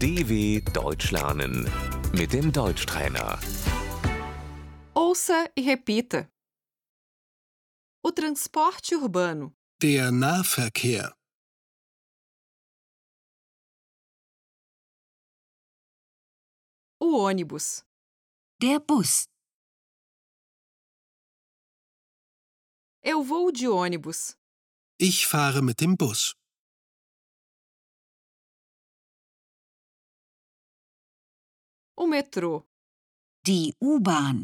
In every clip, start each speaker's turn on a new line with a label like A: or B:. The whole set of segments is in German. A: DW Deutsch lernen mit dem Deutschtrainer.
B: Ouça e repita. O transporte urbano,
C: Der Nahverkehr.
B: o ônibus,
D: Der Bus.
B: eu vou de ônibus,
C: Ich fahre mit dem Bus.
B: o metrô,
D: Die U-Bahn.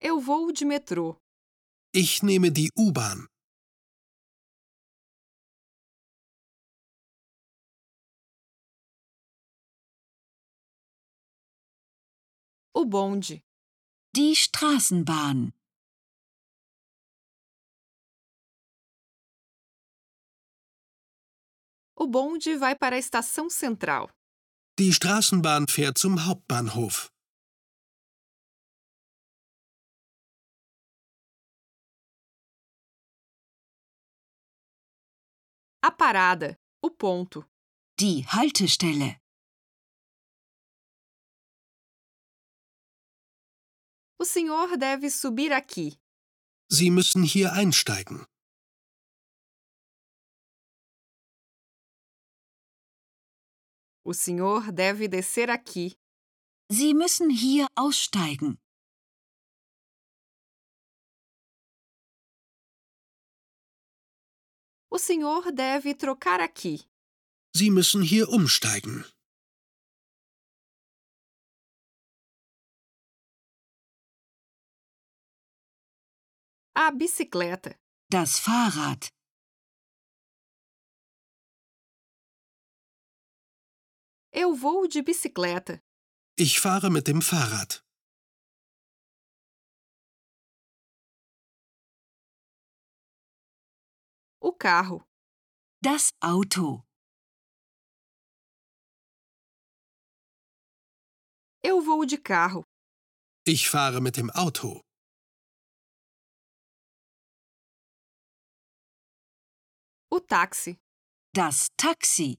B: eu vou de metrô,
C: Ich nehme die U-Bahn.
B: o bonde,
D: Die Straßenbahn.
B: o bonde vai para a estação central,
C: Die Straßenbahn fährt zum Hauptbahnhof.
B: a parada, o ponto,
D: Die Haltestelle.
B: o senhor deve subir aqui,
C: Sie müssen hier einsteigen.
B: o senhor deve descer aqui,
D: Sie müssen hier aussteigen.
B: o senhor deve trocar aqui.
C: Sie müssen hier umsteigen.
B: A bicicleta,
D: Das Fahrrad.
B: eu vou de bicicleta,
C: Ich fahre mit dem Fahrrad.
B: o carro,
D: Das Auto.
B: eu vou de carro,
C: Ich fahre mit dem Auto.
B: o táxi,
D: Das Taxi.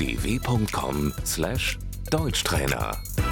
A: dw.com/deutschtrainer